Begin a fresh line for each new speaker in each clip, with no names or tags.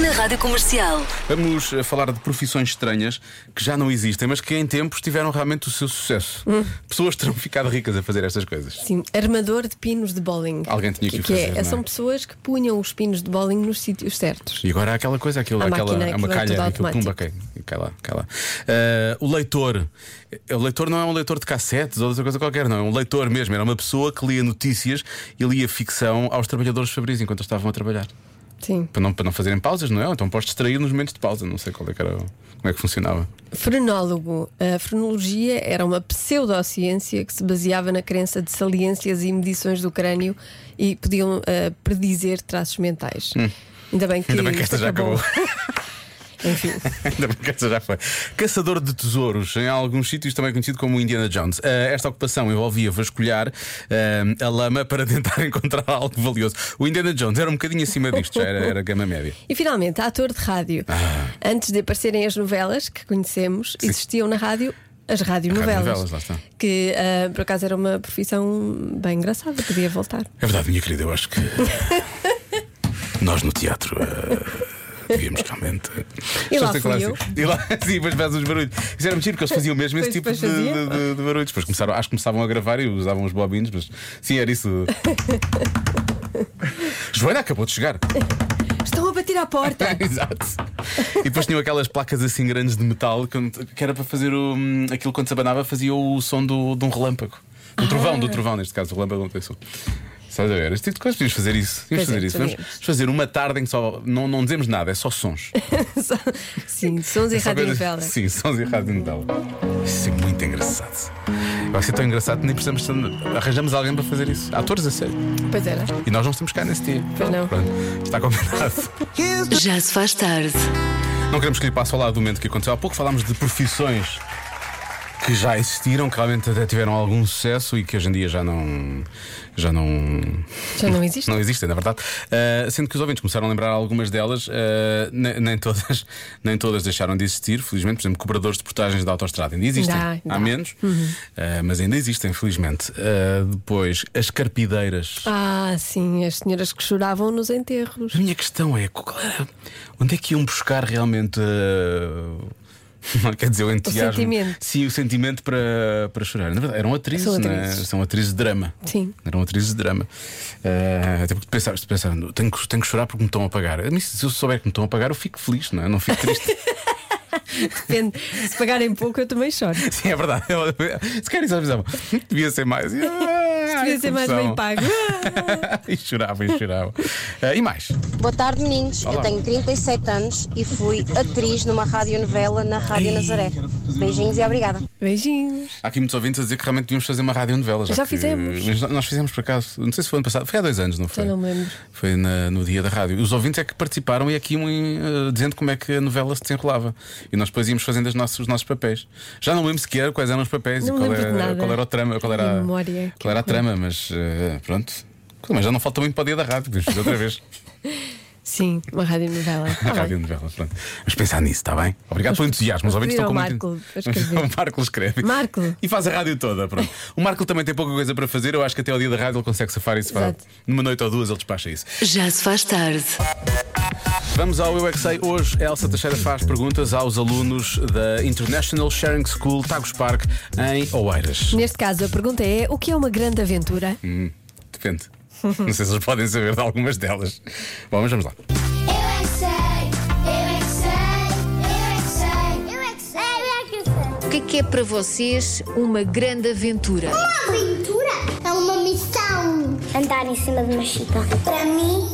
na rádio comercial.
Vamos a falar de profissões estranhas que já não existem, mas que em tempos tiveram realmente o seu sucesso. Pessoas terão ficado ricas a fazer estas coisas.
Sim, armador de pinos de bowling.
Alguém tinha que o
é-
fazer, não é?
São pessoas que punham os pinos de bowling nos sítios certos.
E agora há aquela coisa, aquilo,
Há
aquela,
máquina,
há uma
aquilo é
calha,
tudo
aquilo
automático.
pumba, cai, cai lá, cai lá. Ah, o leitor. O leitor não é um leitor de cassetes ou outra coisa qualquer, não. É um leitor mesmo. Era uma pessoa que lia notícias e lia ficção aos trabalhadores fabris enquanto eles estavam a trabalhar.
Sim.
Para não, para não fazerem pausas, não é? Ou Então podes distrair nos momentos de pausa. Não sei qual é que era, o- como é que funcionava.
Frenologo. A frenologia era uma pseudociência que se baseava na crença de saliências e medições do crânio e podiam ah, predizer traços mentais. Ainda bem que,
Hum. Ainda bem que
isto
esta já acabou.
Enfim,
Ainda bem que essa já foi. Caçador de tesouros, em alguns sítios também conhecido como Indiana Jones. Ah, esta ocupação envolvia vasculhar ah, a lama para tentar encontrar algo valioso. O Indiana Jones era um bocadinho acima disto, já era, era gama média.
E finalmente, ator de rádio.
Ah.
Antes de aparecerem as novelas que conhecemos, existiam na rádio as
Radionovelas,
radionovelas.
lá está.
que ah, por acaso era uma profissão bem engraçada, podia voltar.
É verdade, minha querida, eu acho que nós no teatro. ah, Víamos realmente.
E lá
Só sei
fui
que
eu.
E lá, sim, depois faz os barulhos. Isso era mentira, porque eles faziam mesmo esse tipo
Pois,
de,
pois
de,
fazia.
de- de barulhos. Depois começaram, acho que começavam a gravar e usavam os bobinos, mas sim, era isso. Joana acabou de chegar.
Estão a bater à porta!
Exato. E depois tinham aquelas placas assim grandes de metal que, que era para fazer o, hum, aquilo quando se abanava, fazia o som do, de um relâmpago. Do
Ah.
trovão, do trovão, neste caso, o relâmpago não tem som. Estás a ver? Este tipo de coisas, podíamos fazer isso. Podíamos
Pois é,
fazer isso. Vamos
podíamos.
fazer uma tarde em que só. Não, não dizemos nada, é só sons. É
Sim, sons e
Só
rádio
coisas-
novela.
Sim, sons e rádio novela. Isso é muito engraçado. Vai ser tão engraçado que nem precisamos. Arranjamos alguém para fazer isso. Atores a sério.
Pois era.
E nós não estamos cá nesse dia.
Pois não.
Pronto, está combinado.
Já se faz tarde,
Não queremos que lhe passe ao lado do momento que aconteceu há pouco. Falámos de profissões que já existiram, que realmente até tiveram algum sucesso e que hoje em dia já não. já não.
Já não existe?
não existem, na verdade. Ah, sendo que os ouvintes começaram a lembrar algumas delas, ah, ne- nem, todas, nem todas deixaram de existir, felizmente. Por exemplo, cobradores de portagens da autostrada ainda existem.
Ainda há, Uhum. ainda
há
há.
menos, ah, mas ainda existem, felizmente. Ah, depois, as carpideiras.
Ah, sim, as senhoras que choravam nos enterros.
A minha questão é qual era- onde é que iam buscar realmente eh, não quer dizer o entusiasmo.
sentimento.
Sim, o sentimento para, para chorar. Na verdade, eram atrizes,
São
né?
atrizes.
São atrizes de drama.
Sim.
Eram atrizes de drama. Eh, até porque pensaram, pensaram tenho, que- tenho que chorar porque me estão a pagar. A mim, Se eu souber que me estão a pagar, eu fico feliz, não é? Não fico triste.
Depende, se pagarem pouco, eu também choro.
Sim, é verdade. Se calhar isso avisavam. Devia ser mais.
Devia ser mais bem pago.
e choravam, e choravam. Eh, e mais.
Boa tarde, meninos.
Olá.
Eu tenho 37 anos e fui atriz numa radionovela na Rádio Nazaré. Beijinhos e obrigada.
Beijinhos.
Há aqui muitos ouvintes a dizer que realmente devíamos fazer uma radionovela.
Já
que-
fizemos.
Mas nós fizemos por acaso. Não sei se foi ano passado. Foi há dois anos, não foi?
não me lembro.
Foi na- no dia da rádio. Os ouvintes é que participaram e aqui um, eh, dizendo como é que a novela se desenrolava. E nós depois íamos fazendo as nossas- os nossos papéis. Já não lembro sequer quais eram os papéis
Não
e qual
lembro de
era,
nada.
qual era o trama. Qual era, a-
Memória, que
qual era a trama, mas eh, pronto. Mas já não falta muito para o dia da rádio, podemos fazer outra vez.
Sim, uma radionovela.
Na
Ah, bem.
rádio novela, pronto. Mas pensar nisso, está bem? Obrigado pelo entusiasmo. Os ouvintes estão
pedir
com
ao
muito.
Marco para escrever.
O Marco escreve.
Marco.
E faz a rádio toda, pronto. O Marco também tem pouca coisa para fazer. Eu acho que até ao dia da rádio ele consegue safar isso. Pá.
Exato.
Numa noite ou duas ele despacha isso.
já se faz tarde,
Vamos ao Eu é Que Sei. Hoje, Elsa Teixeira faz perguntas aos alunos da International Sharing School Tagus Park em Oeiras.
Neste caso, a pergunta é: o que é uma grande aventura?
Hum, depende. Não sei se eles podem saber de algumas delas. Bom, mas vamos lá.
Eu é que sei, eu é que sei, eu é que sei, eu é que sei, eu é que sei,
O que é que é para vocês uma grande aventura?
Uma aventura é uma missão. Andar em cima de uma chita. Para mim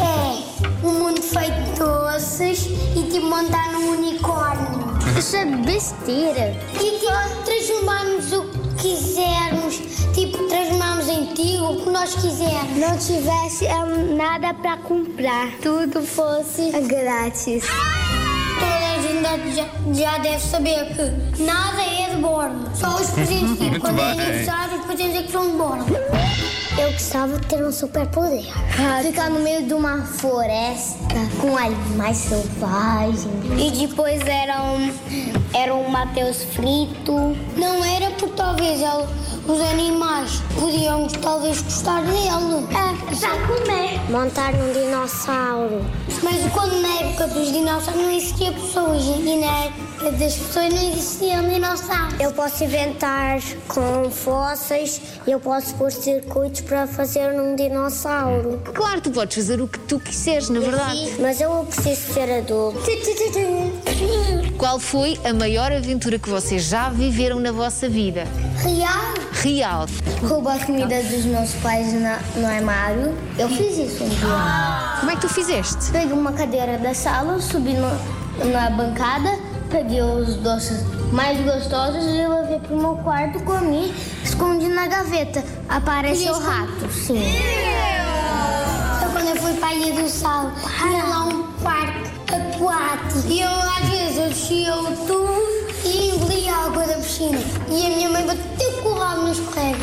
é um mundo feito de doces e tipo montar num unicórnio. Isso é besteira. E tipo transformarmos o que quisermos, tipo transformarmos em ti o que nós quisermos. Não tivesse eh, É nada para comprar, tudo fosse grátis. Ah! Toda a gente internet já, já deve saber que nada é de bordo. Só os presentes, tipo,
Muito
quando é
bem.
aniversário, os presentes é que são de bordo. Eu gostava de ter um superpoder. Ficar no meio de uma floresta com animais selvagens. E depois era um, era um Mateus frito. Não era porque talvez ele- os animais podiam talvez gostar dele. É, já comer. Montar num dinossauro. Mas quando na época dos dinossauros não existia pessoas e na época das pessoas não existiam dinossauros. Eu posso inventar com fósseis, eu posso pôr circuitos para fazer um dinossauro.
Claro, tu podes fazer o que tu quiseres, na verdade.
Mas eu preciso ser adulto.
Qual foi a maior aventura que vocês já viveram na vossa vida?
Real?
Real.
Roubar comida dos meus pais no armário. Eu fiz isso um dia.
Como é que tu fizeste?
Peguei uma cadeira da sala, subi no- na bancada, peguei os doces mais gostosos e levei pro meu quarto, comi, escondi na gaveta. Apareceu o rato, sim. Então, quando eu fui pra Ilha do Sal, tinha lá um parque aquático. E eu, às vezes, eu descia o tubo e engolia a água da piscina. E a minha mãe bateu com o rabo no escorrega.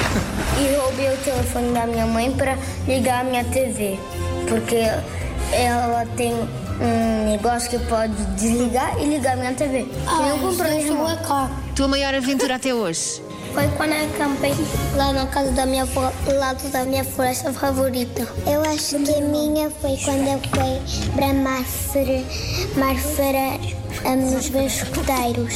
E roubei o telefone da minha mãe para ligar a minha TV. Porque ela tem um negócio que pode desligar e ligar a minha TV. Ah, eu comprei isso é caro.
Tua maior aventura até hoje?
Foi quando eu acampei lá na casa da minha avó, lá da minha floresta favorita. Eu acho que a minha foi quando eu fui para Marfara, Marfara eh, nos meus escuteiros.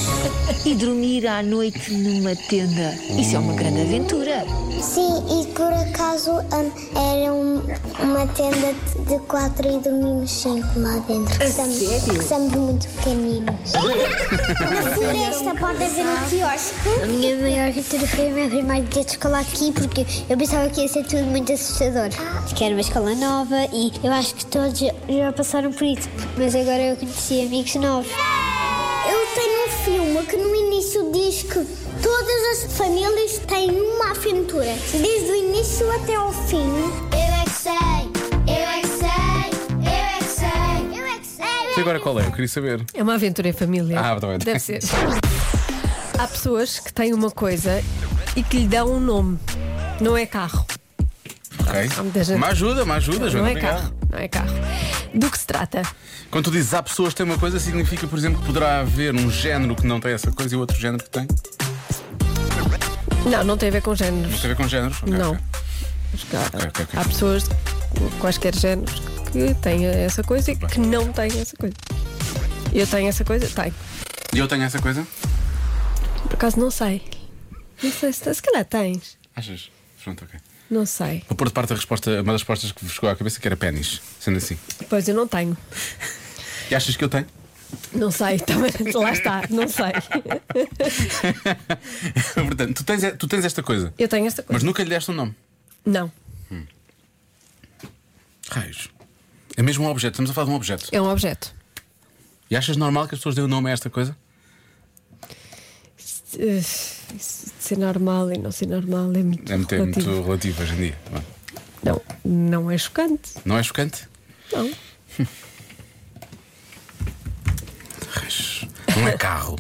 E dormir à noite numa tenda. Isso é uma grande aventura.
Sim, e por acaso eh, era um, uma tenda de quatro e dormimos cinco lá dentro. Que somos, muito pequeninos. Na floresta pode haver um quiosque. A minha maior aventura foi é a minha primeira dia de escola aqui, porque eu pensava que ia ser tudo muito assustador. Porque era uma escola nova e eu acho que todos já- já passaram por isso. Mas agora eu conheci amigos novos. Eu tenho um filme que no início diz que todas as famílias têm uma aventura, desde o início até ao fim. Eu é que sei, eu é que sei, eu é que sei, eu é que sei.
E agora qual é? Eu queria saber.
É uma aventura em família.
Ah, tá bem.
Deve ser. Há pessoas que têm uma coisa e que lhe dão um nome. Não é carro. Há muita
Ok.
gente-
Uma ajuda, uma ajuda,
não
Joana.
é
obrigado.
carro. Não é carro. Do que se trata?
Quando tu dizes há pessoas que têm uma coisa, significa, por exemplo, que poderá haver um género que não tem essa coisa e outro género que tem? Tem
Não, não tem a ver com géneros.
a ver com géneros? Ok,
Não.
ok.
Mas que há-
Ok, ok, ok.
Há pessoas de quaisquer géneros que têm essa coisa e que não têm essa coisa. Eu tenho essa coisa? Tenho.
E eu tenho essa coisa?
Por acaso não sei. Não sei se, se calhar tens.
Achas? Pronto, ok.
Não sei.
Vou pôr de parte a resposta, uma das respostas que vos chegou à cabeça, que era pênis, sendo assim.
Pois eu não tenho.
E achas que eu tenho?
Não sei. Também, lá está. Não sei.
Portanto, tu tens, tu tens esta coisa,
Eu tenho esta
mas
coisa.
nunca lhe deste um nome.
Não.
Raios. É mesmo um objeto, estamos a falar de um objeto.
É um objeto.
E achas normal que as pessoas deem o nome a esta coisa?
Uh, isso de ser normal e não ser normal é muito.
É muito, é muito
relativo.
relativo hoje em dia. Bom,
Não, não é chocante.
Não é chocante?
Não.
Raios. Não é carro.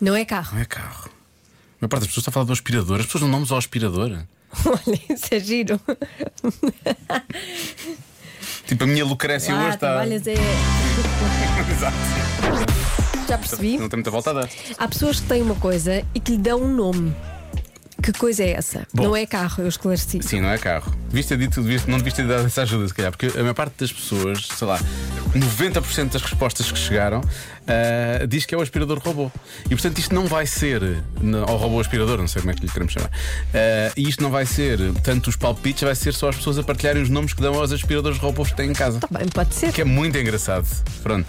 Não é carro.
Não é carro. A maior parte das pessoas está a falar do aspirador. As pessoas dão nomes ao aspirador.
Olha, isso é giro.
Tipo, a minha Lucrécia hoje tá-
ah,
está.
trabalhas é. Já percebi.
Não tem muita volta a dar.
Há pessoas que têm uma coisa e que lhe dão um nome. Que coisa é essa?
Bom.
Não é carro, eu esclareci.
Sim, não é carro. Devias ter dito, devias- não devias ter dado essa ajuda, se calhar, porque a maior parte das pessoas, sei lá, 90% das respostas que chegaram ah, diz que é o aspirador robô. E portanto isto não vai ser n- ao robô aspirador, não sei como é que lhe queremos chamar. Ah, e isto não vai ser tanto os palpites, vai ser só as pessoas a partilharem os nomes que dão aos aspiradores robôs que têm em casa.
Tá Bem, pode ser.
Que é muito engraçado. Pronto.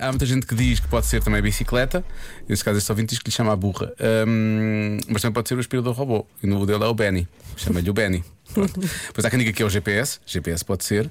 Ah, há muita gente que diz que pode ser também a bicicleta. Nesse caso, este ouvinte diz que lhe chama a burra. Ahm, mas também pode ser o aspirador robô. E no dele é o Benny. Chama-lhe o Benny. Pronto. Pois há quem diga que é o GPS. GPS pode ser.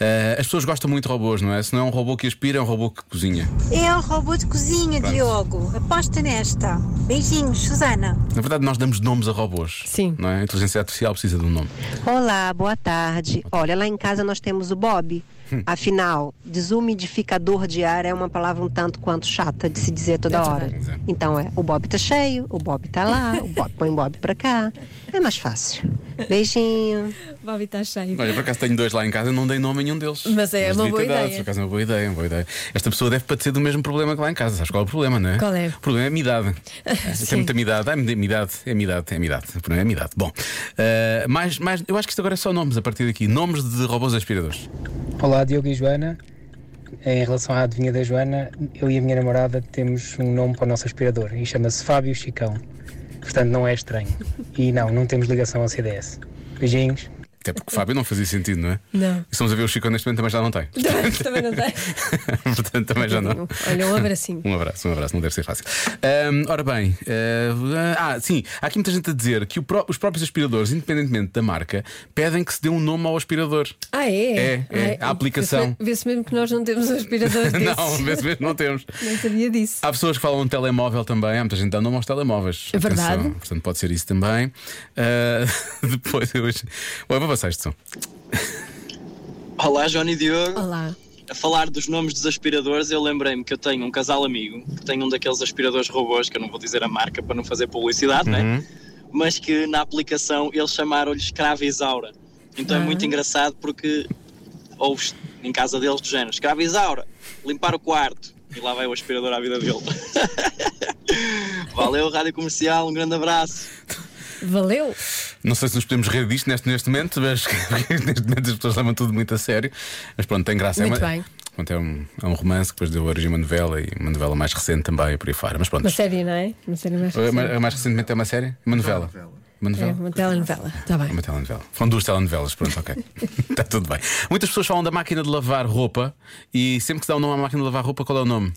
Ah, as pessoas gostam muito de robôs, não é? Se não é um robô que aspira, é um robô que cozinha.
É um robô de cozinha, Diogo. Aposta nesta. Beijinhos, Susana.
Na verdade, nós damos nomes a robôs.
Sim.
Não é? A inteligência artificial precisa de um nome.
Olá, boa tarde. Olha, lá em casa nós temos o Bob,
Afinal, desumidificador de ar é uma palavra um tanto quanto chata de se dizer toda hora.
verdade.
Então é, o Bob tá cheio, o Bob tá lá, o Bob põe o Bob pra cá. É mais fácil. Beijinho.
Bobby
tá
está cheio.
Olha, por acaso tenho dois lá em casa, eu não dei nome a nenhum deles.
Mas é uma
devia
boa
ter dado,
ideia.
Por acaso é uma boa ideia, uma boa ideia. Esta pessoa deve padecer do mesmo problema que lá em casa. Sabes qual é o problema, não é?
Qual é?
O problema é a minha idade. Tem muita minha idade. Ai, minha minha idade, é minha idade, é minha idade. O problema é a minha idade. Bom, eh, mais, mais, eu acho que isto agora é só nomes a partir daqui. Nomes de robôs aspiradores.
Olá, Diogo e Joana. Em relação à adivinha da Joana, eu e a minha namorada temos um nome para o nosso aspirador e chama-se Fábio Chicão. Portanto, não é estranho. E não, não temos ligação ao CDS. Beijinhos.
Até porque Fábio não fazia sentido, não é?
Não.
E Estamos a ver o Chico neste momento, também já não tem.
Também não tem.
Portanto, também já não.
Olha, um abracinho.
Um abraço, um abraço, não deve ser fácil. Ahm, ora bem, eh, ah, sim, há aqui muita gente a dizer que o pró- os próprios aspiradores, independentemente da marca, pedem que se dê um nome ao aspirador.
Ah, é?
É, é,
Ah,
a aplicação.
vê-se- Vê-se mesmo que nós não temos aspiradores desses.
Não, desse vez não temos.
Nem sabia disso.
Há pessoas que falam de telemóvel também, há muita gente dando nome aos telemóveis.
É verdade.
Atenção, Portanto, pode ser isso também. Ah, depois eu. hoje- Bom, eu vou passar este som.
Olá, Johnny Diogo.
Olá.
A falar dos nomes dos aspiradores, eu lembrei-me que eu tenho um casal amigo que tem um daqueles aspiradores robôs, que eu não vou dizer a marca para não fazer publicidade, né? mas que na aplicação eles chamaram-lhe Escrava Isaura. Então é muito engraçado porque ouves em casa deles do género: Escrava Isaura, limpar o quarto. E lá vai o aspirador à vida dele. Valeu, Rádio Comercial, um grande abraço.
Valeu.
Não sei se nos podemos rir disto neste, neste momento, mas neste momento as pessoas levam tudo muito a sério. Mas pronto, tem graça.
Muito
é uma-
bem.
Pronto, é um, é um romance que depois deu origem a uma novela e uma novela mais recente também, por aí fora. Mas pronto.
Uma série, não é? Uma série mais
É,
recente.
mas- é mais recentemente é uma série? Uma novela? Uma
É,
novela?
uma telenovela. Está
É
bem.
Uma telenovela. Foram duas telenovelas, pronto, ok. Está tudo bem. Muitas pessoas falam da máquina de lavar roupa e sempre que se dá o nome à máquina de lavar roupa, qual é o nome?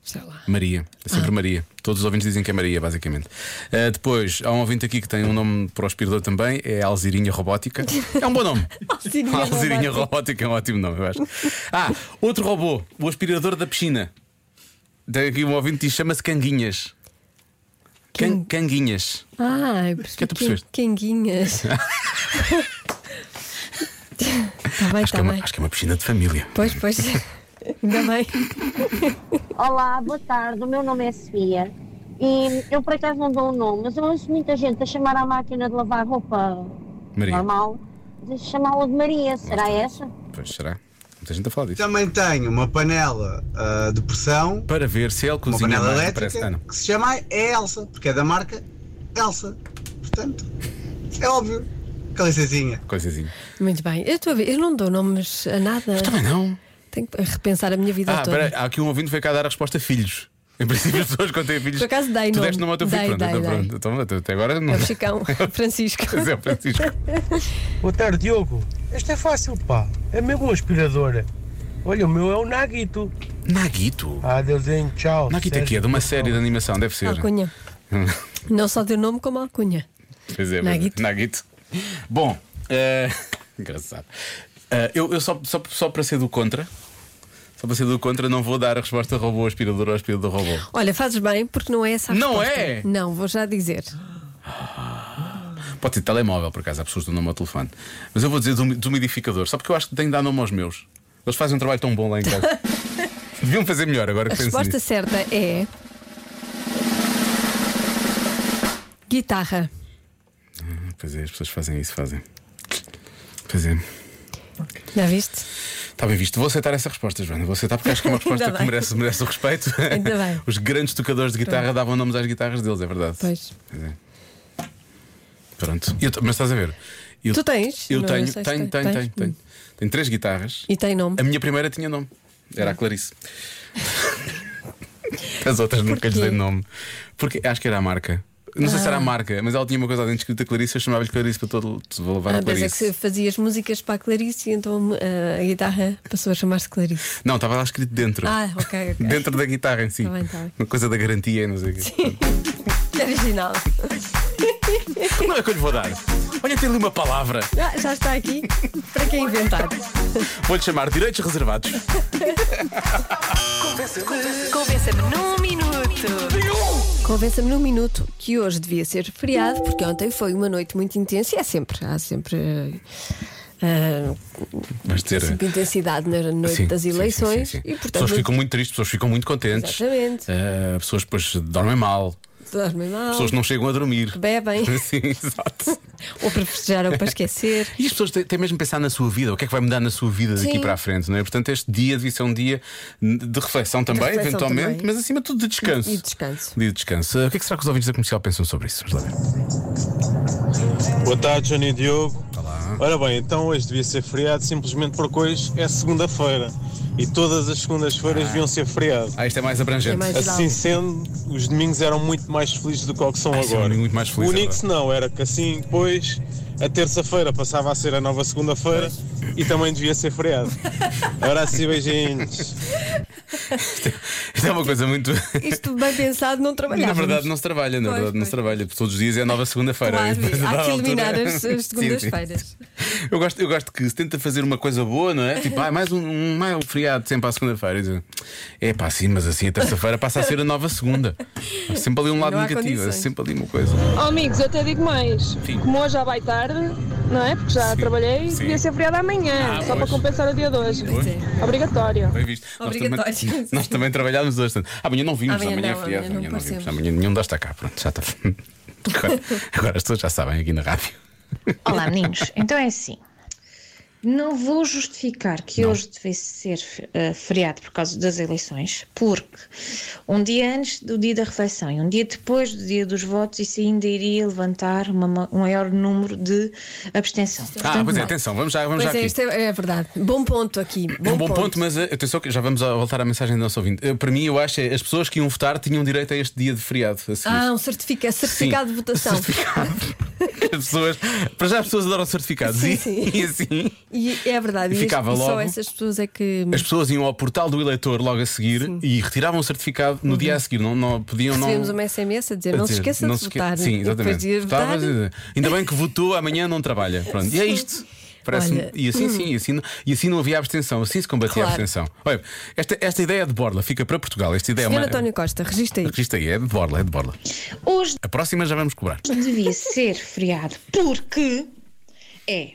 Sei lá.
Maria. É sempre Maria. Todos os ouvintes dizem que é Maria, basicamente. Ah, depois, há um ouvinte aqui que tem um nome para o aspirador também, é Alzirinha Robótica. É um bom nome.
Alzirinha
Alzirinha Robótica é um ótimo nome, eu acho. Ah, outro robô, o aspirador da piscina. Tem aqui um ouvinte que diz, chama-se Canguinhas. Can- Canguinhas.
Ah, eu
que tu
percebi.
percebeste?
Quenguinhas. Está
Acho
Tá bem,
que, é
está
uma,
bem.
acho que é uma piscina de família.
Pois, pois. Ainda bem.
Olá, boa tarde. O meu nome é Sofia. E eu por acaso não dou um nome, mas eu ouço muita gente a chamar a máquina de lavar roupa
Maria.
normal, de chamá-la de Maria. Será essa?
Pois será? Muita gente a falar disso.
Também tenho uma panela ah, de pressão,
Para ver se ele
uma
cozinha
panela
mais,
elétrica,
parece- Ah, não.
que se chama Elsa, porque é da marca Elsa. Portanto, é óbvio. Com licencinha.
Coisazinha.
Muito bem. Eu estou a ver. Eu não dou nomes a nada.
Também não.
Tenho que repensar a minha vida
tá Ah,
toda.
espera, há aqui um ouvinte que veio cá dar a resposta filhos. Em princípio, as pessoas quando têm filhos.
Por acaso dei
Tu
nome.
deste nome ao teu filho,
Dei,
pronto,
dei,
então,
dei.
pronto. Então, até- até agora não.
É o Chicão, Francisco.
Pois é, o Francisco.
Boa tarde, Diogo. Este é fácil, pá. É mesmo um aspirador. Olha, o meu é o Naguito. Ah,
Naguito.
Adeusinho, tchau.
Naguito aqui é de uma série de animação, deve ser.
Alcunha. Não só deu nome como alcunha.
Pois é,
Naguito.
Naguito. Bom, eh, engraçado. Eh, eu eu só, só, só para ser do contra. Só para ser do contra, não vou dar a resposta robô aspirador ou aspirador robô.
Olha, fazes bem porque não é essa a
Não
resposta.
é?
Não, vou já dizer.
Pode ser telemóvel, por acaso, há pessoas que dão nome ao telefone. Mas eu vou dizer desumi- desumidificador, só porque eu acho que tenho de dar nome aos meus. Eles fazem um trabalho tão bom lá em casa. Deviam fazer melhor agora
A
que penso
resposta
nisso.
certa é. Guitarra.
Pois é, as pessoas fazem isso, fazem. Pois é.
Já viste?
Está bem visto. Vou aceitar essa resposta, Joana. Vou aceitar porque acho que é uma resposta
Ainda
que
bem.
merece, merece o respeito.
Ainda bem.
Os grandes tocadores de guitarra davam nomes às guitarras deles, é verdade.
Pois.
é. Pronto. Eu t- mas estás a ver? Eu-
Tu tens?
Eu
Não,
tenho,
não sei se
tenho,
tens.
tenho, tenho,
Tens?
tenho. Tenho três guitarras.
E tem nome.
A minha primeira tinha nome. Era a Clarice. As outras nunca lhes dei
Porquê? Ah.
nome. Porque acho que era a marca. Não sei se era a marca, mas ela tinha uma coisa dentro escrita Clarice, eu chamava-lhe Clarice para todo. Vou levar a
Ah, mas é que
Clarice.
se fazias músicas para a Clarice e então ah, a guitarra passou a chamar-se Clarice.
Não, estava lá escrito dentro.
Ah, ok, ok.
Dentro da guitarra em si.
Tá bem, tá bem.
Uma coisa da garantia, não sei o quê.
Original.
Não é que eu lhe vou dar. Olha, tem ali uma palavra.
Ah, já está aqui. Para quem inventar?
Vou-lhe chamar direitos reservados.
Convença-me num minuto.
Convença-me num minuto que hoje devia ser feriado, porque ontem foi uma noite muito intensa e é sempre. Há sempre. eh, ah,
Mas ter.
de intensidade na Assim, noite
Sim,
das
eh, assim. sim, sim,
eleições
sim, sim.
e
pessoas
portanto
ficam muito tristes, pessoas ficam muito contentes.
Exatamente. Ah.
Eh, pessoas depois dormem mal,
dormem mal,
pessoas não chegam a dormir.
bebem
Sim, exato.
ou para festejar ou para esquecer.
E as pessoas têm têm mesmo de pensar na sua vida, o que é que vai mudar na sua vida daqui
Sim.
para a frente, não é? Portanto, este dia devia ser um dia de reflexão também,
reflexão
eventualmente,
também.
mas acima de tudo de descanso.
E de descanso.
Dia de descanso. Eh, O que é que será que os ouvintes da comercial pensam sobre isso? Vamos lá ver.
Boa tarde, Johnny e Diogo. Ora bem, então hoje devia ser feriado simplesmente porque hoje é segunda-feira e todas as segundas-feiras deviam ser feriado.
Ah, isto é mais abrangente. É mais geral.
assim sendo, os domingos eram muito mais felizes do que o que são
Ah, isso é um
agora.
domingo muito mais feliz
o Nix não, era que assim depois a terça-feira passava a ser a nova segunda-feira e também devia ser feriado. Ora assim, beijinhos.
Isto é uma coisa muito.
Isto bem pensado não trabalhávamos.
Na verdade não se trabalha, na
Pois,
verdade não se trabalha, porque todos os dias é nova segunda-feira. E
Claro,
depois, a
há
dada
que
altura-
eliminar as,
Sim,
as
sim.
segundas-feiras.
Eu gosto, eu gosto que se tenta fazer uma coisa boa, não é? Tipo, ah, mais um, um, mais um feriado sempre à segunda-feira. E dizer, É pá, sim, mas assim a terça-feira passa a ser a nova segunda. Há Sempre ali um lado
Não há
negativo, é
condições.
sempre ali uma coisa.
Oh, amigos, eu até digo mais. Como hoje já vai tarde, não é? Porque já trabalhei,
Sim.
devia ser feriado amanhã,
Ah,
só
pois.
para compensar o dia de hoje.
Pois é.
Obrigatório.
Bem visto. Nós também,
Obrigatório, sim.
nós também trabalhámos hoje. portanto. Amanhã não vimos, amanhã,
Amanhã
é
não,
feriado.
amanhã não
Amanhã não vimos,
aparecemos.
amanhã nenhum dá está cá. Pronto, já está. Agora, agora as pessoas já sabem aqui na rádio.
Olá, meninos. Então é assim. Não vou justificar que hoje devesse ser eh, feriado por causa das eleições, porque um dia antes do dia da refeição e um dia depois do dia dos votos, isso ainda iria levantar uma ma- um maior número de abstenção.
Ah,
Portanto,
pois é,
não.
atenção, vamos já, vamos
Pois
já
é,
aqui.
isto é, é verdade. Bom ponto aqui. Bom,
É um bom ponto, mas eh, atenção que já vamos a- voltar à mensagem do nosso ouvinte. Eh, Para mim, eu acho que as pessoas que iam votar tinham direito a este dia de feriado. a seguir.
Ah, um certificado, certificado de votação.
As pessoas, para já as pessoas adoram certificados
Sim,
e,
sim.
e assim
E é verdade.
E
e as-
ficava
e
logo.
Só essas pessoas é que.
as pessoas iam ao portal do eleitor logo a seguir e retiravam o certificado no dia a seguir. Não, não podiam não.
Uhum. Recebemos uma SMS a dizer não se
a dizer,
esqueça
não
de
se esque-
votar.
Sim,
E Depois
exatamente.
de ir
Votava,
votar,
eh, Ainda bem que votou, amanhã não trabalha. Pronto. E é isto. Parece
Olha,
e assim
hum.
sim, e assim, não- e assim não havia abstenção, assim se combatia a
Claro.
abstenção. Olha, esta, esta ideia é de Borla, fica para Portugal. Esta ideia é
Senhor
uma.
António Costa, registra aí.
Regista aí, é de Borla, é de Borla.
Hoje
A próxima já vamos cobrar.
devia ser feriado porque é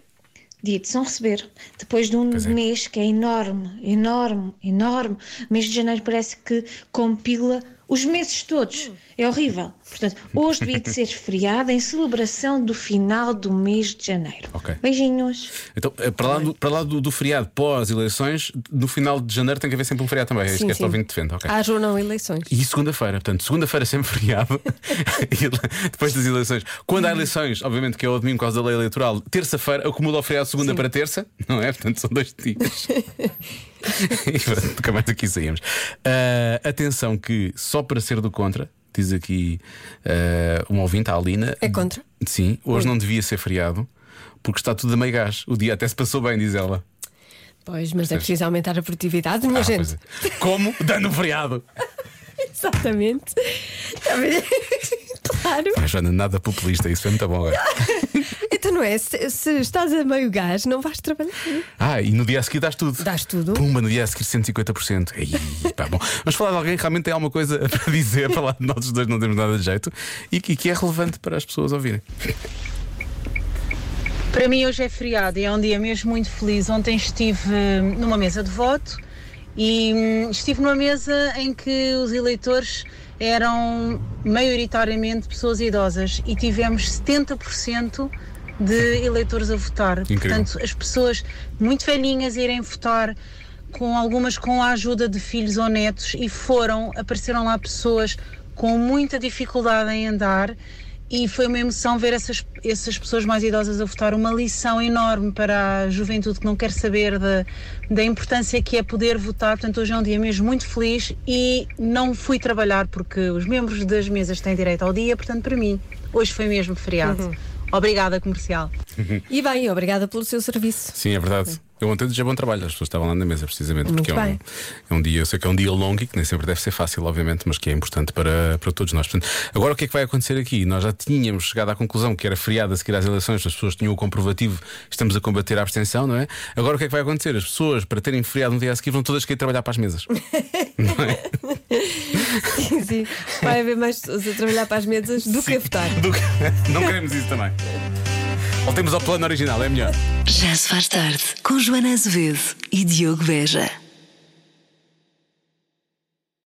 dia de São Receber, depois de um mês que é enorme, enorme, enorme. O mês de janeiro parece que compila os meses todos. É horrível. Portanto, hoje devia de ser feriado em celebração do final do mês de janeiro.
Ok.
Beijinhos.
Então, eh, para lá, do, para lá do, do feriado pós-eleições, no final de janeiro tem que haver sempre um feriado também. É isso
Sim,
que este
sim.
ouvinte defende. ok.
Haja ou não eleições.
E segunda-feira, portanto, segunda-feira é sempre feriado, E ele- depois das eleições. Quando há eleições, obviamente que é o domingo por causa da lei eleitoral, terça-feira acumula o feriado de segunda para terça, não é? Portanto, são dois dias. e pronto, nunca mais aqui saímos. Ah, atenção, que só para ser do contra, diz aqui ah, um ouvinte, a Alina.
É contra?
Sim, hoje não devia ser feriado, porque está tudo a meio gás. O dia até se passou bem, diz ela.
Pois, mas é
Percebes?
preciso aumentar a produtividade, minha
Ah,
gente.
pois é. Como? Dando um feriado.
Exatamente. claro.
Pá, Joana, nada populista, isso é muito bom agora.
Então não é? Se, se estás a meio gás, não vais trabalhar.
Ah, e no dia a seguir dás tudo.
Dás tudo.
Pumba, no dia a seguir 150%. Aí, pá, bom. Vamos falar de alguém que realmente tem alguma coisa para dizer, para lá de nós os dois não temos nada de jeito e que, que é relevante para as pessoas ouvirem.
Para mim hoje é feriado e é um dia mesmo muito feliz. Ontem estive hum, numa mesa de voto e hum, estive numa mesa em que os eleitores eram maioritariamente pessoas idosas e tivemos 70% de eleitores a votar.
Incrível.
Portanto, as pessoas muito velhinhas irem votar com algumas com a ajuda de filhos ou netos e foram, apareceram lá pessoas com muita dificuldade em andar e foi uma emoção ver essas, essas pessoas mais idosas a votar, uma lição enorme para a juventude que não quer saber da, da importância que é poder votar. Portanto, hoje é um dia mesmo muito feliz e não fui trabalhar porque os membros das mesas têm direito ao dia, portanto, para mim, hoje foi mesmo feriado.
Uhum.
Obrigada, comercial.
E bem, obrigada pelo seu serviço.
Sim, é verdade. Eu ontem desejei bom trabalho, as pessoas estavam lá na mesa, precisamente,
Muito
porque é um,
bem.
é um dia, eu sei que é um dia longo e que nem sempre deve ser fácil, obviamente, mas que é importante para, para todos nós. Portanto, agora o que é que vai acontecer aqui? Nós já tínhamos chegado à conclusão que era feriado a seguir às eleições, as pessoas tinham o comprovativo, estamos a combater a abstenção, não é? Agora o que é que vai acontecer? As pessoas, para terem feriado no dia a seguir, vão todas querer trabalhar para as mesas.
Sim, sim. Vai haver mais pessoas a trabalhar para as mesas do que a votar.
Do que- Não queremos isso também. Voltemos ao plano original, é melhor.
Já se faz tarde com Joana Azevedo e Diogo Beja.